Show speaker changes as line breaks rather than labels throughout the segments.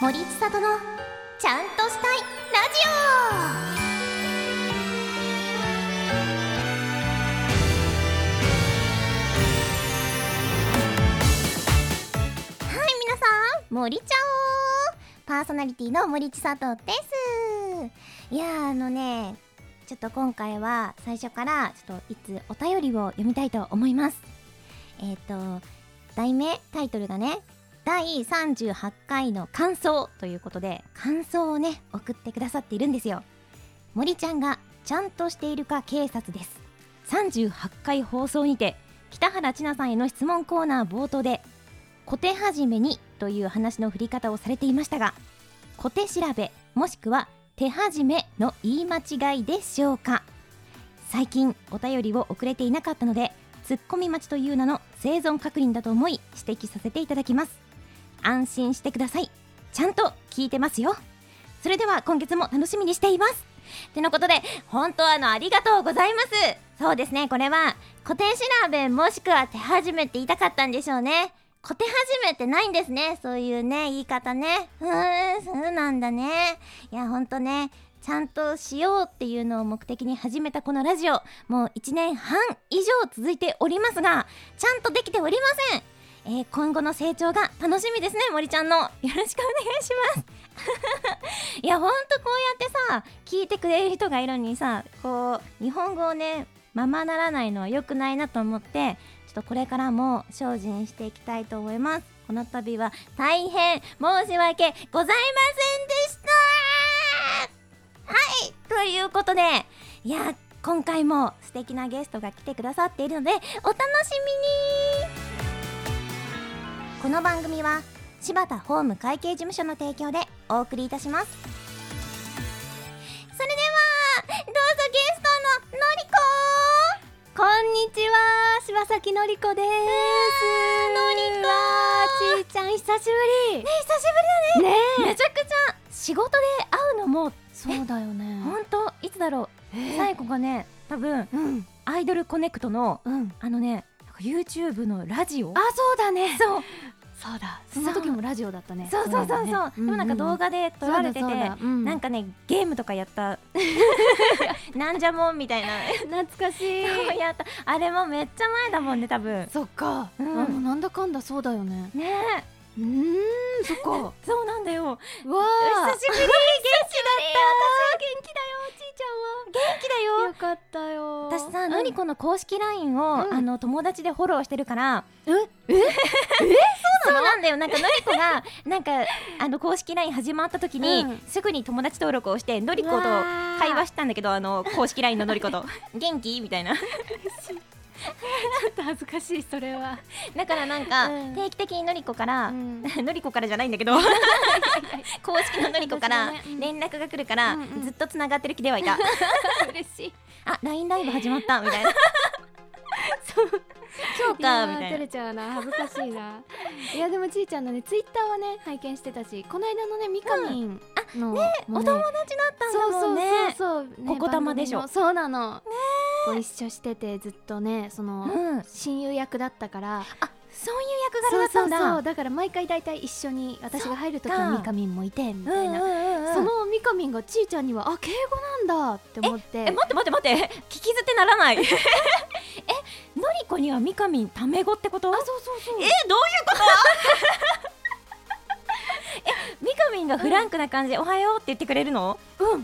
森千里のちゃんとしたいラジオはい皆さん森ちゃおパーソナリティの森千里ですいやーあのねちょっと今回は最初からちょっといつお便りを読みたいと思いますえっ、と題名タイトルがね第38回の感想ということで感想をね送ってくださっているんですよ森ちゃんがちゃんとしているか警察です38回放送にて北原千奈さんへの質問コーナー冒頭で小手始めにという話の振り方をされていましたが小手調べもしくは手始めの言い間違いでしょうか最近お便りを送れていなかったのでツッコミ待ちという名の生存確認だと思い指摘させていただきます安心してくださいちゃんと聞いてますよそれでは今月も楽しみにしていますてのことで本当あのありがとうございますそうですねこれは固定調べもしくは手始めって言いたかったんでしょうね小手始めってないんですねそういうね言い方ねふーんそうなんだねいやほんとねちゃんとしようっていうのを目的に始めたこのラジオもう1年半以上続いておりますがちゃんとできておりませんえー今後の成長が楽しみですね森ちゃんのよろしくお願いします いやほんとこうやってさ聞いてくれる人がいるのにさこう日本語をねままならないのは良くないなと思ってちょっとこれからも精進していきたいと思いますこの度は大変申し訳ございませんでしたはいということでいや今回も素敵なゲストが来てくださっているのでお楽しみにこの番組は柴田ホーム会計事務所の提供でお送りいたしますそれではどうぞゲストののりこ
こんにちは柴崎のりこ
ー
です
のりこ
うわーちーちゃん久しぶり
ね久しぶりだね
ね
めちゃくちゃ仕事で会うのも
そうだよね
本当いつだろう最後がね多分
うん
アイドルコネクトの
うん
あのねなんか YouTube のラジオ
あそうだね
そう
そうだ
そ
そうの時もラジオだったね
そうそうそうそう、でもなんか動画で撮られてて、な
なんん
か
か
ねゲームとかやった なんじゃもんみたいな
懐かしい
そうやった あれもめっちゃ前だもんね多分
そっかあ
うん
もうなんだかんだそうだよね
ね
うーんそっか わ
えそうなんだよ
ー
久しぶり元気だった私は元気だよちいちゃんは元気だよ
よかったよ
私さ、
うん
のりこの公式 LINE を、
うん
あの友達でフォローしてるから
え
そうなんだよなんかのりこ がなんかあの公式 LINE 始まった時に、
うん
すぐに友達登録をしてのりこと
うわー
会話したんだけどあの公式 LINE ののりこと 元気みたいな
ちょっと恥ずかしいそれは
だからなんか、
うん
定期的にのりこから、
うん
のりこからじゃないんだ けど公式ののりこから
私もね
連絡が来るから、
うんうん
ずっとつながってる気で はいた
嬉しい
あ LINE ライブ始まったみ たいなそう今日
いや
か
ー
みたい
照
な
れちゃうな恥ずかしいな いやでもちいちゃんのねツイッターはね拝見してたしこの間のねみかみんの、
お
も
友
う
達だったんだもんね
そうそうそうそう、
ここたまでしょ
番組もそうなのご一緒しててずっとねその、
うん
親友役だったから
そういう役柄だったんだ
そうそうそうだから毎回大体一緒に私が入るときは
そっか
みかみんもいてみ
うん
たいな、
うんうんうん
そのみかみんがちいちゃんにはあ敬語なんだって思って
え待って待って待って聞き捨てなら ないえのりこにはみかみんタメ語ってこと
あそうそうそう
えどういう ことえみかみんがフランクな感じで、おはようって言ってくれるの
うんえそう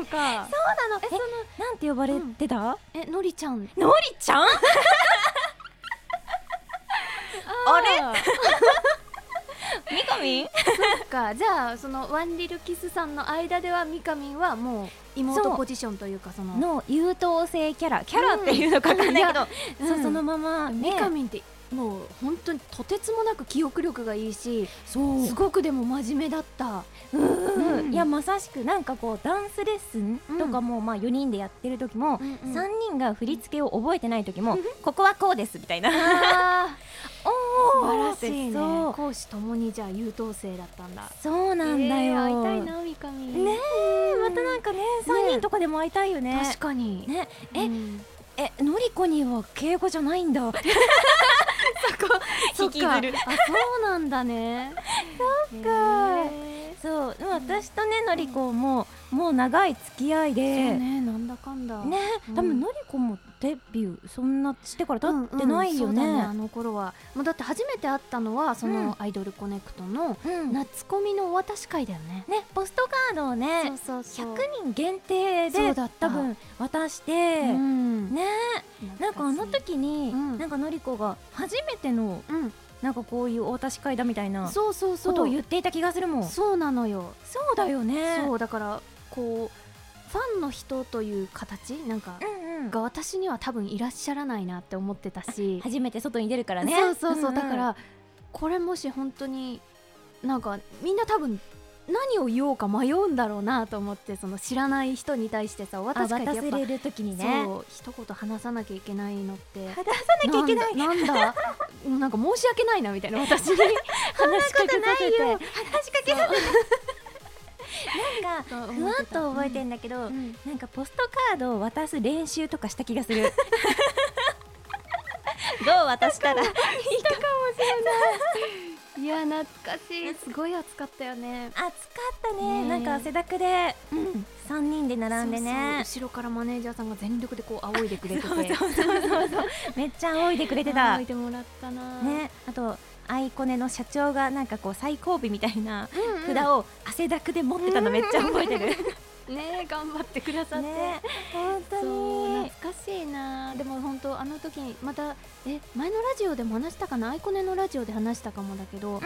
いう感じなのか
そうなのえ
その
なんて呼ばれてた、
えのりちゃん
のりちゃんあ
あ
れ
ー
みかみん
かじゃあそのワンリルキスさんの間ではみかみんはもう
そう
妹ポジションというかその
の優等生キャラキャラっていうのかわかんないけど、
うん
そう
うん
そのまま、ね、
みかみんってもう本当にとてつもなく記憶力がいいし
そう
すごくでも真面目だった
うん
うん
いやまさしくなんかこうダンスレッスンとかも、まあ4人でやってる時も、
うんうん
3人が振り付けを覚えてない時も、ここはこうですみたいな
あー素
お
晴
ー
らしいね
そう
講師ともにじゃあ優等生だったんだ
そうなんだよ、
えー会いたいなみかみん
ねえ
うん
またなんかね3人とかでも会いたいよね
確かに
ね
う
え
ん
えのりこには敬語じゃないんだえ
そっか
引きずる
あそうなんだね そっ
か
え
そうでも私とねのりこももう長い付き合い
ー、そ
で
う
ね
ねなんだかんだうん
多分のりこもデビューそんなしてから経
うん
ってないよ
うんそうだあ
ね
の頃はもうだって初めて会ったのはそ
うん
のアイドルコネクトの
うんね
夏コミのお渡し会だよね、
ポストカードをね
そうそうそう
100人限定
そう
で
だった
多分渡して
う
ね
ん、
なんかあの
懐し
時に
うん
なんかのりこが初めての
いうん
なんかこういうお渡し会だみたいなこ
そうそうそう
とを言っていた気がするもんそ
そうなのよ
うだよね
そうだからこうファンの人という形なんか、
うんうん
が私には多分いらっしゃらないなって思ってた し、
初めて外に出るからね
そうそうそう、
んん
だからこれもし本当になんかみんな多分何を言おうか迷うんだろうなと思ってその知らない人に対してさお
あ
渡し会って
渡
やっ
せ
ぱ、
れる時にね
そう一言話さなきゃいけないのって
話さなきゃいけない
なんだなんだなんか申し訳ないなみたいな私 に話しかけさせて
話しかけさせてなんか
そう
ふ
思
わ
って
ったと覚えてんだけど、
うん
なんかポストカードを渡す練習とかした気がす るどう渡したら
いや懐かしいすごい暑かったよね
暑かったね
ねえ
なんか汗だくで、三3人で並んでね
そうそう後ろからマネージャーさんが全力でこう仰いでくれてて
そうそうそうそうそうめっちゃ仰いでくれてた
仰い
ね
でもらったな、
あとアイコネの社長がなんかこう最後尾みたいな
うんうん
札を汗だくで持ってたのめっちゃ覚えてる
ねえ頑張ってくださって、
ね本
そう懐かしいなでも本当あの時またえ前のラジオでも話したかなアイコネのラジオで話したかもだけど、
うんうん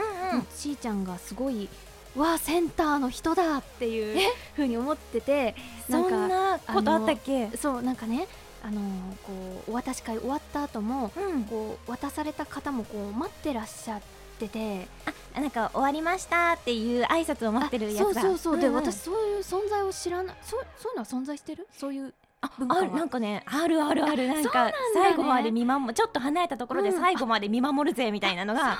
しーちゃんがすごいわあセンターの人だっていうふうに思っててなん
そ
か
んなことあったっけ
そうなんかねあのーこうお渡し会終わった後も
うん
こう渡された方もこう待ってらっしゃってて
あなんか終わりましたっていう挨拶を待ってるやつだ
あそうそうそう、で
んん
私そういう存在を知らないそうそういうのは存在してるそういう
あ
文化
あ
は
るなんかねあるあるあるなん
そうな
か
んだね
最後まで見守ちょっと離れたところで
うん
最後まで見守るぜみたいなのが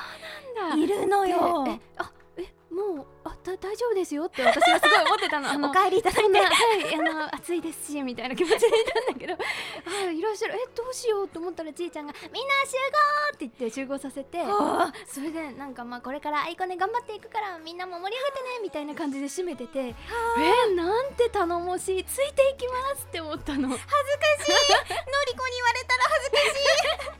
い
いるの
で
よ
えあえもうあだ大丈夫ですよって私はすごい思ってたの あの
お帰りいただい
そん
て
なはいあの暑いですしみたいな気持ちでいたんだけど あいらっしゃるえどうしようと思ったらちいちゃんがみんな集合って言って集合させて
あ
それでなんかまあこれからアイコネ頑張っていくからみんなも盛り上がってねみたいな感じで締めててえー、なんて頼もしいついていきますって思ったの
のりこに言われたら恥ずかしい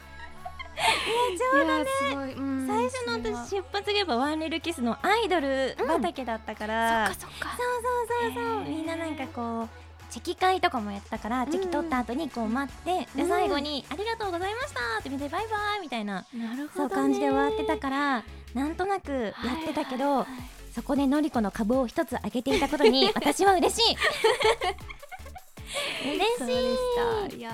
いやすごい、うん
最初の私出発ゲームはワンリルキスのアイドル畑だったか
それは
ら、
そっかそっか
そうそうそうそう
へー
みんななんかこうチェキ会とかもやったからチェキ取った後にこう待って、
う
で
ん
最後に「ありがとうございました」って見て「バイバイ」みたいな、
なるほ
そ
ど
う
ね
感じで終わってたからなんとなくやってたけど、
はいはいはい
そこでのりこの株を一つ上げていたこと に私は嬉しい嬉しい
そうでしたいや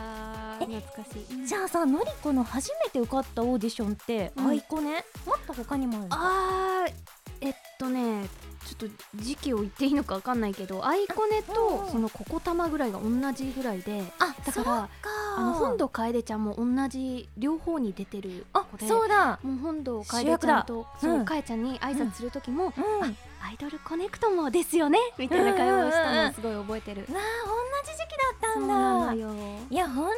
ー懐かしい
じゃあさのりこの初めて受かったオーディションって、
うん
アイコねもっと他にもあるの
あーえっとねちょっと時期を言っていいのかわかんないけどアイコネ
うん
とそのココタマぐらいが同じぐらいで
あ
だからあの本堂楓ちゃんも同じ両方に出てる
あ
子で
そうだ、
もう本堂
主
楓
役
ちゃ
だ
んと
う
そ
ん
う楓ちゃんに挨拶する時
う
も、
ん、わあ同じ
アイドルコネクトもですよねみたいな会話
うん
をし
うんうん
た
うん
のすごい覚えてる、
時期だった
そ
ん
う
だ
なのよ、
いや本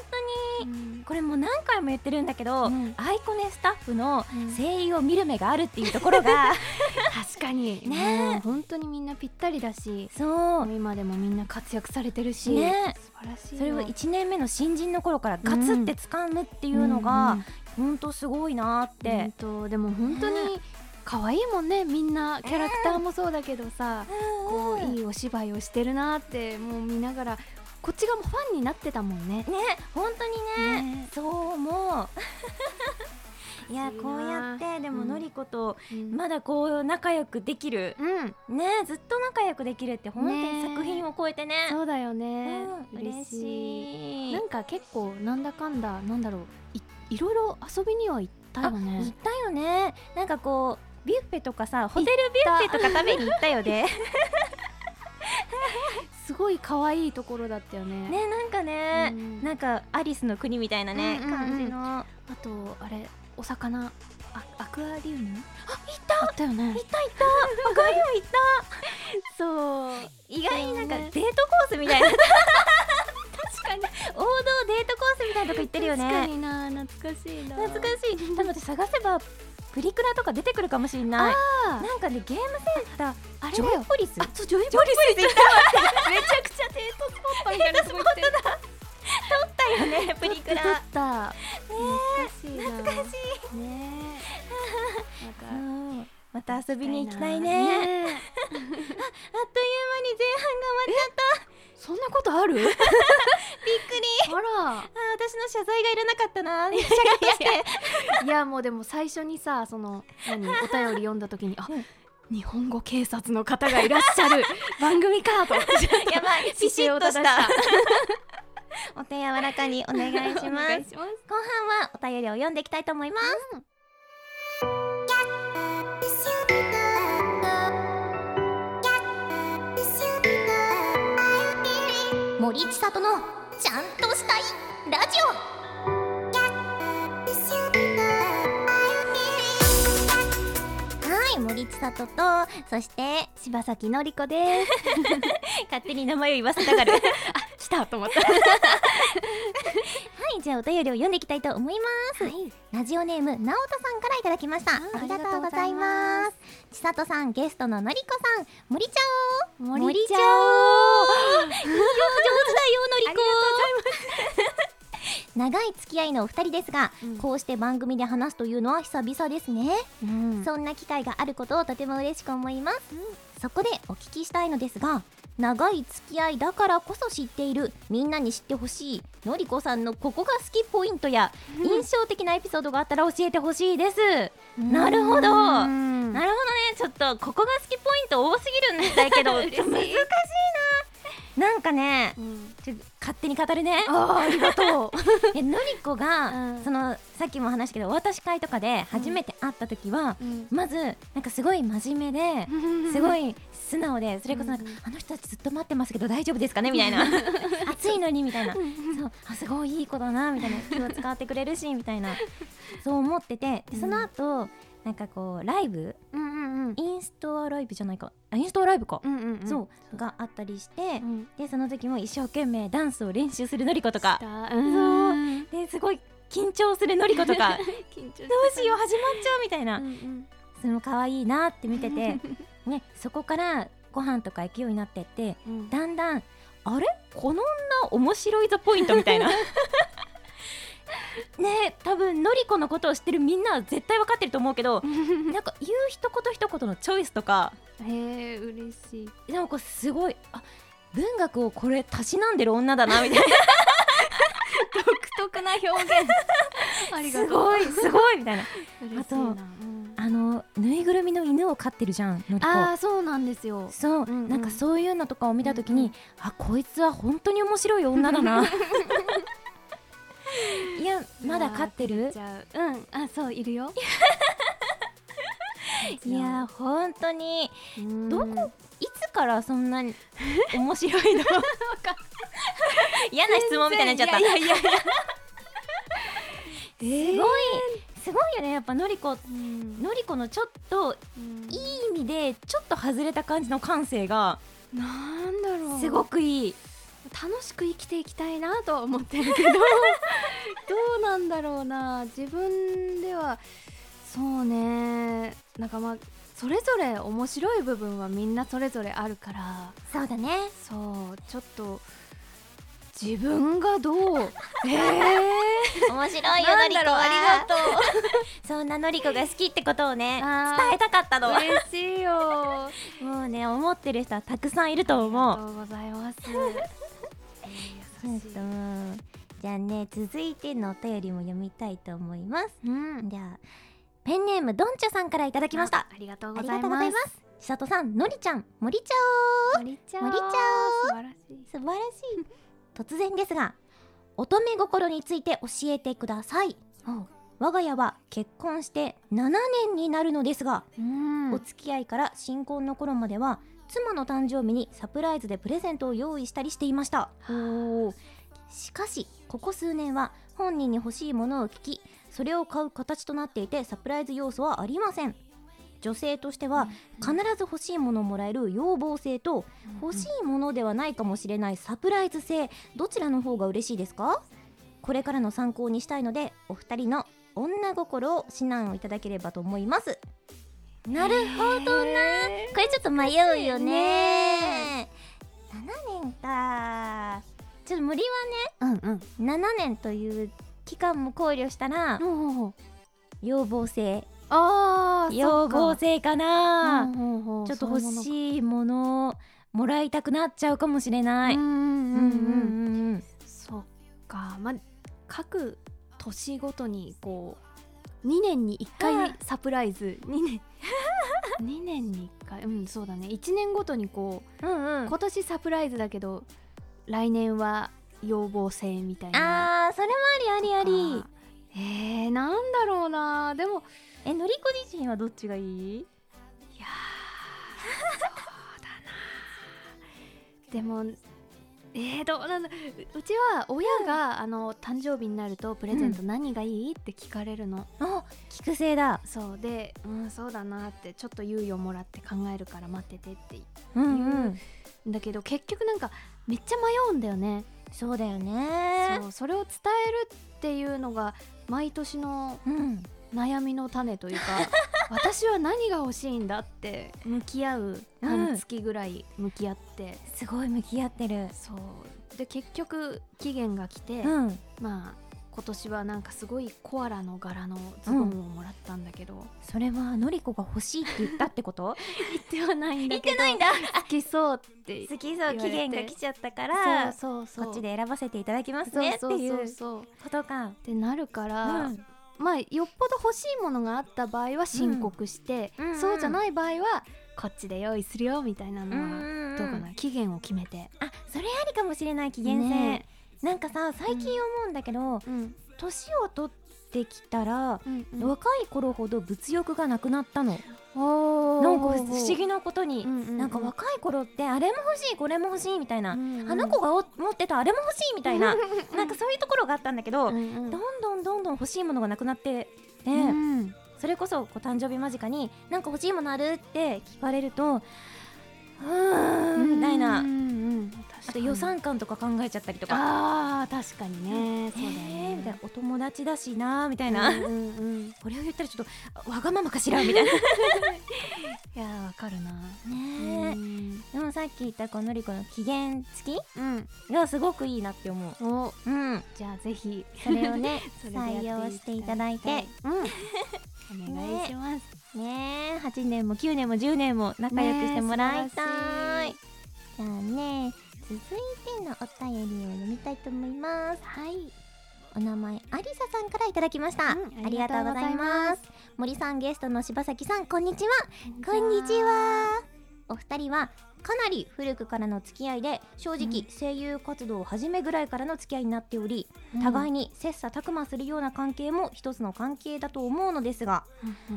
当にこれもう何回も言ってるんだけど、
うん
アイコネスタッフの
うん
声優を見る目があるっていうところ が
確かに
ね
もう本当にみんなぴったりだし
そ
もう今でもみんな活躍されてるし、
ね
素晴らしいよ
それを1年目の新人の頃からガツって掴むっていうの
うんう
が
ん
本当すごいなーって、
本当でも本当
ね
に可愛いもんねみんなキャラクターもそうだけどさ、こ
こ
ういいお芝居をしてるなってもう見ながらこっちがもうファンになってたもん
ね
ね。
本当にね
ね
そう 思ういや
懐かしいな
こうやってでも
うん
のりこと
うん
まだこう仲良くできる
うん、
ねずっと仲良くできるって本当に
ね
作品を超えてね
そうだよね、
うん嬉しい
なんか結構なんだかんだなんだろういいろいろ遊びには行ったよ
あ行っ
ね
たよねなんかこうビュッフェとかさホテルビュッフェとか食べに行ったよね
すごい可愛いところだったよ ね
ねなんかね、
うん
なんかアリスの国みたいなね、
うんうんうん
感じのあ
あとあれお魚あアクアリウム
いた
あったよね
いたいた赤いよいた
そう
意外になんか
そうね
デートコースみたいな
確か
王道デートコースみたいなとこ行ってるよ
確か
ね
にな懐かしいな
懐かしい多分私探せばプリクラとか出てくるかもしれない
あー
なんかねゲームセンター
あれ
ジ
だ
ョイ
よ
ポリス
あそうジョ
ジ
イ
ョイポリス行っ
めちゃくちゃデートスポットみたいなとこ行ってる
たよねプリクラ
撮った
え
懐
懐
かしいな
かし
ねえなん
い、
か
うんまた遊びに行きたい
行
ね
きたいな
あっ
ね
という間に前半が終わっちゃっ
そんなことある
たびっくり
あ
あー私の謝罪がいらなかったな謝罪として
らいやもうでも最初にさその何お便り読んだ時にあ
うん
日本語警察の方がいらっしゃ る番組かと
や ばいピシッとし
姿勢
た お手柔らかにお願いします
お願いします
後半はお便りを読んでいきたいと思います、森千里のちゃんとしたいラジオはい森千里とそして柴崎のり子です 勝手に名前を言わせたがるは
来たと思った
いじゃあお便りを読んでいきたいと思います、
い
ラジオネームなおとさんからいただきました
ん
ありがとうございます千里さんゲストののりこさん森ちゃお
森ち ゃ
おいいよ上手だよのりこ 長い付き合いのお二人ですが、
うん
こうして番組で話すというのは久々ですね、
うん
そんな機会があることをとても嬉しく思います、そこでお聞きしたいのですが長い付き合いだからこそ知っているみんなに知ってほしいのりこさんのここが好きポイントや
うん
印象的なエピソードがあったら教えてほしいです、なるほど
うん
なるほどねちょっとここが好きポイント多すぎるんだけど
嬉しい
難しいななんかね
うん
ちょ勝手に語るね
あーありがとう
えのりこが、
うん
そのさっきも話したけどお渡し会とかで初めて会った時は、まずなんかすごい真面目で、 すごい素直でそれこそなんか、
うんうん
あの人たちずっと待ってますけど大丈夫ですかねみ たいな暑いのにみたいなそうあすごいいい子だなみたいな気を使ってくれるしみた いなそう思っててでその後、なんかこうライブ
うんうんうん
インストアライブじゃないかあインストアライブか、
うんうんうん
そうがあったりして、
うん
でその時も一生懸命ダンスを練習するのりことか
だ
そう
うん
ですごい緊張するのりことか
緊張して た
どうしよう始まっちゃうみたいな、
うんうん
その可愛いなって見て てねそこからご飯とか行くようになってって
うん
だんだんあれこの女面白いぞポイントみたいな ね多分のりこのことを知ってるみんなは絶対分かってると思うけどなんか言う一言一言のチョイスとか
へ え嬉しい
なんかすごいあ文学をこれたしなんでる女だな みたいな
独特な表現 ありが
す
とう
ごいすごいみたいな
嬉し
あ
いな
と
うん
あのぬいぐるみの犬を飼ってるじゃんのりこ
あーそうなんですよ
そう、
んうん
なんかそういうのとかを見たときに、
うんうん
あこいつは本当に面白い女だ ないやまだ飼ってる
じゃあうんあそういるよ
いや本当に
う ん
どこいつからそんなに 面白 いの嫌な質問みたいになっちゃった
いやいやいやえ
す
ー
ごいすごいよねやっぱのりこ
うん
のりこのちょっと
うん
いい意味でちょっと外れた感じの感性が
なんだろう
すごくいい、
楽しく生きていきたいなとは思ってる けどどうなんだろうな自分ではそうねなんかまあそれぞれ面白い部分はみんなそれぞれあるから
そうだね
そうちょっと自分がど うええ
面白いよの
な
り
ん
こ
だろう
は
ありがとう
そんなのりこが好きってことをね
あー
伝えたかったの
嬉しいよ。あ
もうね思ってる人はたくさんいると
り
思
が
う
とうございます。
う
優
ん
しい。
とじゃあね続いてのお便りも読みたいと思います
うん。
じゃあペンネームどんちゃさんからいただきましたあ
ありがとうご
り
ざ
が
い
とうござい
ま。
ますすちさとさんのりちゃん森ちゃ
森ちゃん。
森ちゃん
素晴らしい。
お素晴らしい突然ですが乙女心について教えてください我が家は結婚して7年になるのですが
うん
お付き合いから新婚の頃までは妻の誕生日にサプライズでプレゼントを用意したりしていましたしかしここ数年は本人に欲しいものを聞きそれを買う形となっていてサプライズ要素はありません女性としては必ず欲しいものをもらえる要望性と欲しいものではないかもしれないサプライズ性どちらの方が嬉しいですかこれからの参考にしたいのでお二人の女心を指南をいただければと思いますなるほどな
へー
これちょっと迷うよね
ね
7年かちょっと無理は
うんうん
7年という期間も考慮したら
おー
要望性
あー
要望
そっか
性かな、
うんほうほう
ちょっと
そうい
欲
うものか
しいものをもらいたくなっちゃうかもしれない。
うんうんうんうん
ん
そっかまあ各年ごとにこう2年に1
はい
回サプライズ2年 2年に1回うんそうだね1年ごとにこう
うんうん
今年サプライズだけど来年は要望制みたいな
あーそれもありありあり
あ。えー、なんだろうなでも
えのりこ自身はどっちがいい
いやーそうだなでもえー、どうなんだううちは親が、あの誕生日になるとプレゼント何がいい、って聞かれるの
あ聞く性だ。
そうでうんそうだなってちょっと猶予もらって考えるから待っててって
うん
うだけど結局なんかめっちゃ迷うんだよね
そうだよね
そうそれを伝えるっていうのが毎年の
うん
悩みの種というか私は何が欲しいんだって向き合う半月ぐらい向き合って、
すごい向き合ってる。
そうで結局期限が来て、
うん
まあ今年はなんかすごいコアラの柄のズボンをもらったんだけど、
それはのりこが欲しいって言ったってこと
言ってはないんだけど
んだ
好きそうっ て
好きそう
言われて
期限が来ちゃったか
そう
ら
そうそう
こっちで選ばせていただきますねって
そう
い
そううそうそうっ
ことか。
てなるから、
うん
まあよっぽど欲しいものがあった場合は申告して、
うんうんうん
そうじゃない場合はこっちで用意するよみたいなのはどうかな、
ん
期限を決めて
あそれありかもしれない期限性、
ね
なんかさ最近思うんだけど、
うん
年を取ってきたら、
うんうん
若い頃ほど物欲がなくなったの
おー
なんか不思議なことに、
うんうんうん
なんか若い頃ってあれも欲しいこれも欲しいみたいな、
うんうん
あの子がお持ってたあれも欲しいみたいな なんかそういうところがあったんだけど、
うんうん
どんどんどんどん欲しいものがなくなってて、
うん
それこそこう誕生日間近に「なんか欲しいものある?」って聞かれると「うーん」みたいな、
うんうんうん
あと予算感とか考えちゃったりとか
あー確かにねそうだよ
え
ね
ーみたいなお友達だしなみたいな、
うんうんうんい
これを言ったらちょっとわがままかしらみたいなね
やーわかるな
え
うん
でもさっき言ったこのりこの期限付
うん
きがすごくいいなって思う
お
うん
じゃあぜひ
それを ね
それでやっ
採
て
用
い
していただいて
うん、 お願いします、
ねえ8年も9年も10年も仲良くしてもらいたい,、
ねえ
じゃあね続いてのお便りを読みたいと思います
はい
お名前ありささんからいただきました、
うん
ありがとうござい
ありがとうござい
ま
ます
森さんゲストの柴崎さんこんにちはこ
こ
ん
ん
に
に
ち
ち
はお二人はかなり古くからの付き合いで正直、
うん
声優活動を始めぐらいからの付き合いになっており、
うん
互いに切磋琢磨するような関係も一つの関係だと思うのですが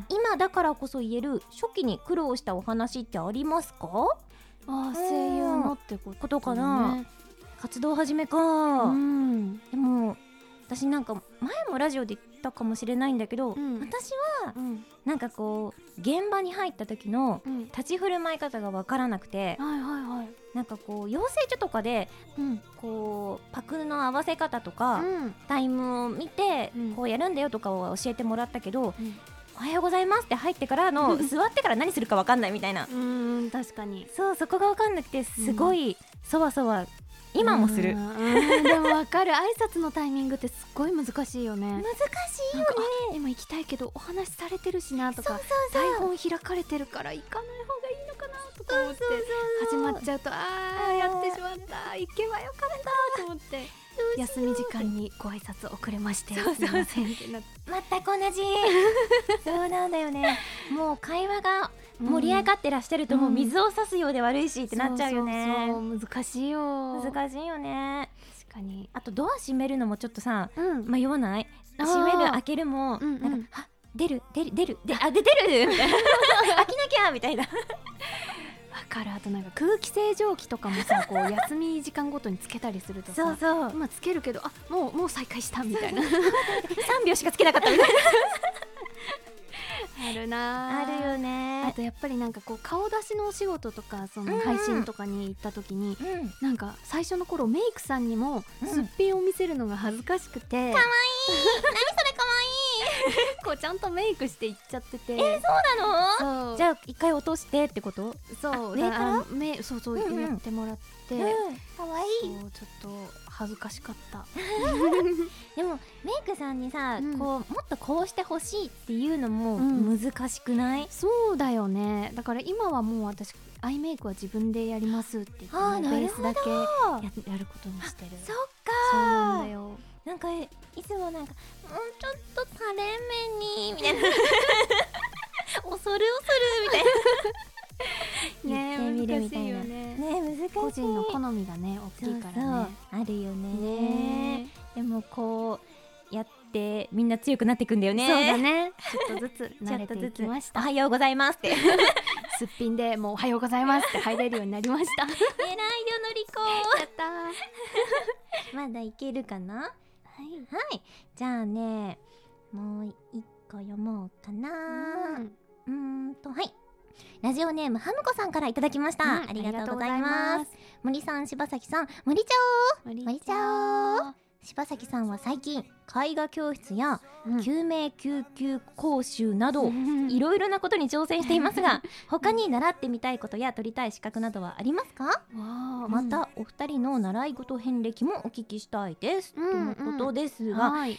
今だからこそ言える初期に苦労したお話ってありますか
あー声優のってこと、
ことかな、
ね
活動始めか、
うん
でも私なんか前もラジオで言ったかもしれないんだけど、
うん
私は
うん
なんかこう現場に入った時の
うん
立ち振る舞い方がわからなくて
はいはいはい
なんかこう養成所とかで
うん
こうパクの合わせ方とか、
うん
タイムを見て、
うん
こうやるんだよとかを教えてもらったけど
うん
「おはようございます」って入ってから の座ってから何するか分かんないみたいな
うん確かに
そうそこが分かんなくてすごいそわそわ今もする、
うんうんでもわかる挨拶のタイミングってすっごい難しいよね
難しい
なんかあ今行きたいけどお話しされてるしなと
そう
か
そうそう
台本開かれてるから行かない方がいいのかなとか思って始
そう
まっちゃうとあーやってしまった行けばよかったと思って 休み時間にご挨拶遅れましてす
そうそう
みませんってなって
全く同 じそうなんだよねもう会話が盛り上がってらっしゃるともう
うん
水を差すようで悪いしってなっちゃうよ
そう
ね
そうそう難しいよ確
難しいよね
かに
あとドア閉めるのもちょっとさ
うん
迷わない
あー
閉める開けるも、
うんうん
なんかあ出る出る出るであで出るみた いな開きなきゃみたいな
わかるあとなんか空気清浄機とかもさこ う休み時間ごとにつけたりするとさ
そう
今つけるけどあもうもう再開したみた いな
3秒しかつけなかったみたいな
あるな
あるよ
ねあとやっぱりなんかこう顔出しのお仕事とかそ
うん
の
うん
配信とかに行った時に、
うんうん
なんか最初の頃メイクさんにも
うん
すっぴんを見せるのが恥ずかしくて、
それ可
こうちゃんとメイクして行っちゃってて、
愛いそうなの
そう
じゃあ一回落としてってこと
そ
あ
う
上
だ
から
あの目そうそう、
うんうん
やってもらって、
可愛い
そうちょっと恥ずかし かった
でもメイクさんにさ、
うん
こうもっとこうしてほしいっていうのも
うん
難しくない、
そうだよねだから今はもう私アイメイクは自分でやりますって言って、ね、ベースだけややることにしてる
そっ
そうなん
か
だよ
なんかいつもなんか
もうちょっと垂れ目にみたいな恐る恐るみたいな
言ってみるみたいな
ね難しよ
ね
ね
難しい
個人の好みがね大
そ
き
う
い
そう
からね
あるよね
ね
でもこうやってみんな強くなっていくんだよね
そうだねちょっとずつ
ちょ
慣
っ
れ
と
て
ず
い
つ
きまし
お
た
はようございますって偉いよ
すっぴんでもうおはようございますって入れるようになりました や
のりこ
った
まだいけるかなは
はい
いじゃあねもう一個読もうかな
うん
うーんとはいラジオネームハムコさんからいただきました、
うん
ありがとうございます森さん柴崎さん森ちゃ
ありがとうございます
森ちゃお柴崎さんは最近絵画教室や
うん
救命救急講習など、
うん
いろいろなことに挑戦していますが他に習ってみたいことや取りたい資格などはありますか、
わあ
またお二人の習い事遍歴もお聞きしたいです、
うん
とのことです
うん
が、
はい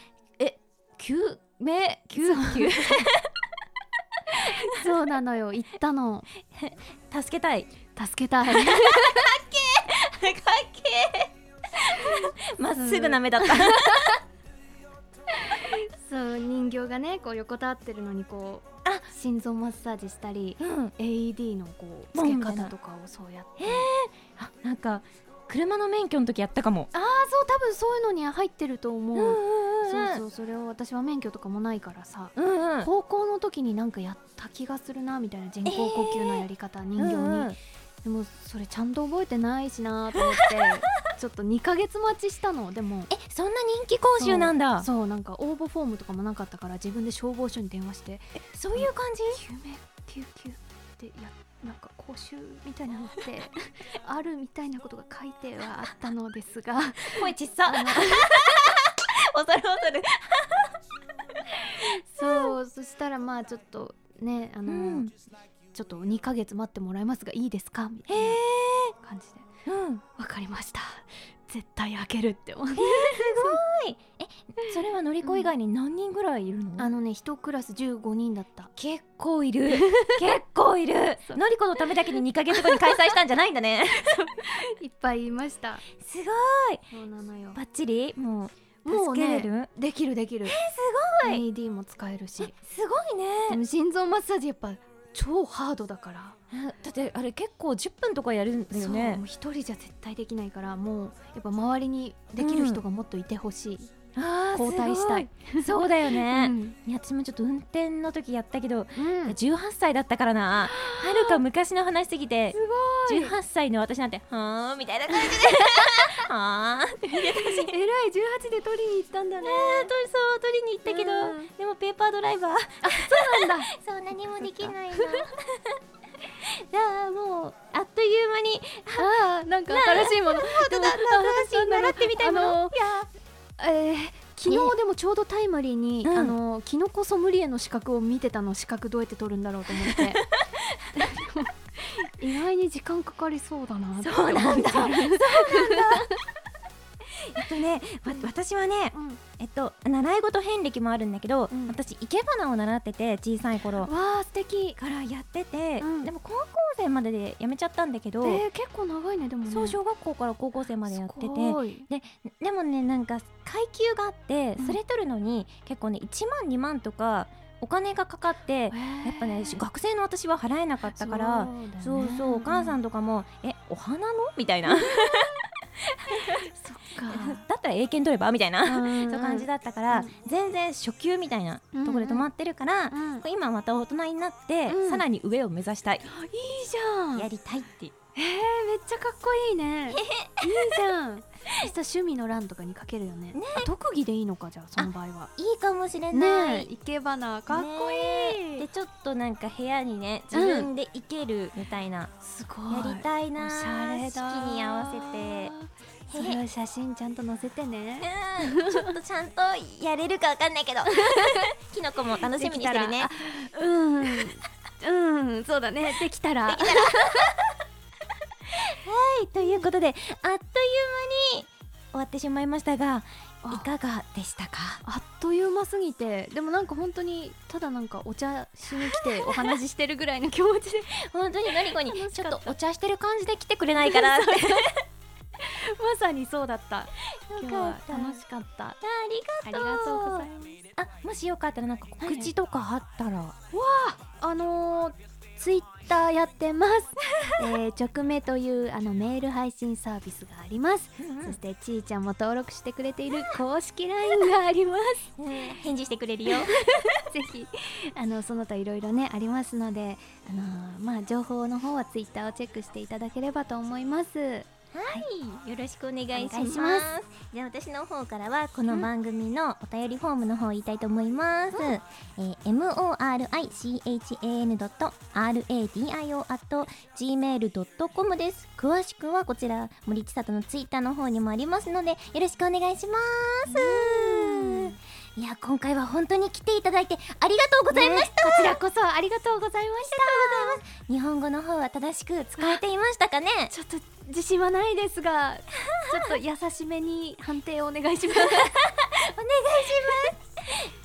救命救急
そうなのよ行ったの
助けたい
助けたい
かっけえまっすぐな目だった、
そう人形がねこう横たわってるのにこう
あ
心臓マッサージしたり AED のこう
ボンみ
付け
たいな
方とかをそうやって
あなんか車の免許の時やったかも
ああそう多分そういうのに入ってると思う、そう
そ
そううそれを私は免許とかもないからさ
そううんうん
高校の時になんかやった気がするなみたいな人工呼吸のやり方、人形に、でもそれちゃんと覚えてないしなと思って ちょっと2ヶ月待ちしたのでも
えそんな人気講習なんだ
そうなんか応募フォームとかもなかったから自分で消防署に電話して
そういう感じ
救命救急ってやなんか講習みたいなのって あるみたいなことが書いてはあったのですが
声ちっさ 恐る恐る
そうそしたらまあちょっとねあの、
うん
ちょっと2ヶ月待ってもらえますがいいですかみたい
へ
な感じで
うん
わかりました絶対開けるって思って
それはのりこ以外に何人ぐらいいるの、
あのね一クラス15人だった
結構いる結構いるのりこのためだけに2ヶ月後に開催したんじゃないんだね
いっぱいいました
すごい
そうなのよ
バッチリもう
もうね
助けれる
できるできるえす
ごい
AED も使えるし
すごい
で
ね
も心臓マッサージやっぱ超ハードだから
だってあれ結構10分とかやるんだよ
そう
ね
もう一人じゃ絶対できないからもうやっぱ周りにできる人がもっといてほしい、
あー
交代したい
すごいそうだよね、
うん
いや私もちょっと運転の時やったけど、
うん
18歳だったからなはるか昔の話すぎて
すごい
18歳の私なんてはーんみたいな 感じではーんって見てたし
えらい18で取りに行ったんだね
えーとそう取りに行ったけど、
うん
でもペーパードライバー
なんだ
そう何もできないなじ ゃあもうあっという間に
あーなんか新しいものでも
新しい習ってみたいもの
あの
いや
えー昨日でもちょうどタイムリーに、
うん
あのキノコソムリエの資格を見てたの資格どうやって取るんだろうと思って でも意外に時間かかりそうだなって
そうなんだ
思ってる
えっとねわ私はね
うん
えっと習い事遍歴もあるんだけど、
うん
私生け花を習ってて小さい頃
わあ素敵
からやってて、
うん
でも高校生まででやめちゃったんだけ
え
ど、
ー、結構長いねでもね
そう小学校から高校生までやってて
すごい
でもねなんか階級があって
うん
それ取るのに結構ね1万2万とかお金がかかって
えー
やっぱね学生の私は払えなかったから
そ
そうう
だよね
そうお母さんとかも「えお花の?」みたい な「
そっか
だったら英検取れば?」みたいな そう感じ
だ
だったから
うん
全然初級みたいなところで止まってるから
うんいい
今また大人になって
うん
さらに上を目指したい
じゃん
やりたいって
えー、めっちゃかっこい いねいいじゃん明日趣味の欄とかに書けるよねあ特技でいいのかじゃあその場合はい
いかもしれない、
ねえいけばなかっこいい、
でちょっとなんか部屋にね自分で行けるみたいな、
すごい
やりたいな
おしゃれだ
式に合わせ
それを写真ちゃんと載せてね
てうんちょっとちゃんとやれるかわかんないけ どキノコも楽しみにしてるね
うんうんそうだねできたら
はいということであっという間に終わってしまいましたがいかがでしたか
あっという間すぎてでもなんか本当にただなんかお茶しに来てお話ししてるぐらいの気持ちで
本当にのりこに
楽
ち
し
ょ
か
っ
った
とお茶してる感じで来てくれないかなって
まさにそうだった今日は
よか
楽
っ
しかった
たあり
あり
がとう
がとうございます
あもしよかったらなんか告知とかあったら、
あのー、ツイッターやってます、 えー、直名というあのメール配信サービスがあります、そしてちーちゃんも登録してくれている公式 LINE があります
うん返事してくれるよ
ぜひあのその他いろいろねありますのであのー、まあ情報の方はツイッターをチェックしていただければと思います
よろしくお願いします
お願いします
じゃあ私の方からはこの番組のお便りフォームの方を言いたいと思います、えー morichan.radio.gmail.com です詳しくはこちら森千里のツイッターの方にもありますのでよろしくお願いしますいや今回は本当に来ていただいてありがとうございました、
こちらこそありがとうございまし
日本語の方は正しく使えていましたかね
たちょっと自信はないですが ちょっと優しめに判定をお願いし ます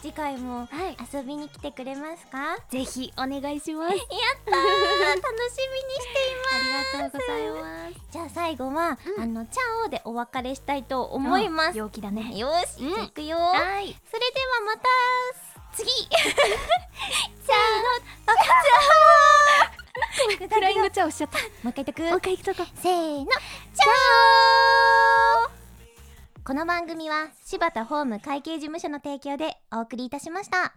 次回も
はい
遊びに来てくれますか、
ぜひお願いします
やったー楽しみにしています
ありがとうございます
じゃあ最後は、あのチャオでお別れしたいと思います、
陽気だね
よーし、
うん
じゃあいくよー
はい
それではまた 次チャオのチャオ
フライングチャオしちゃった も
もう一回言っとく
う一回行くとこ
せーのチャオこの番組は柴田ホーム会計事務所の提供でお送りいたしました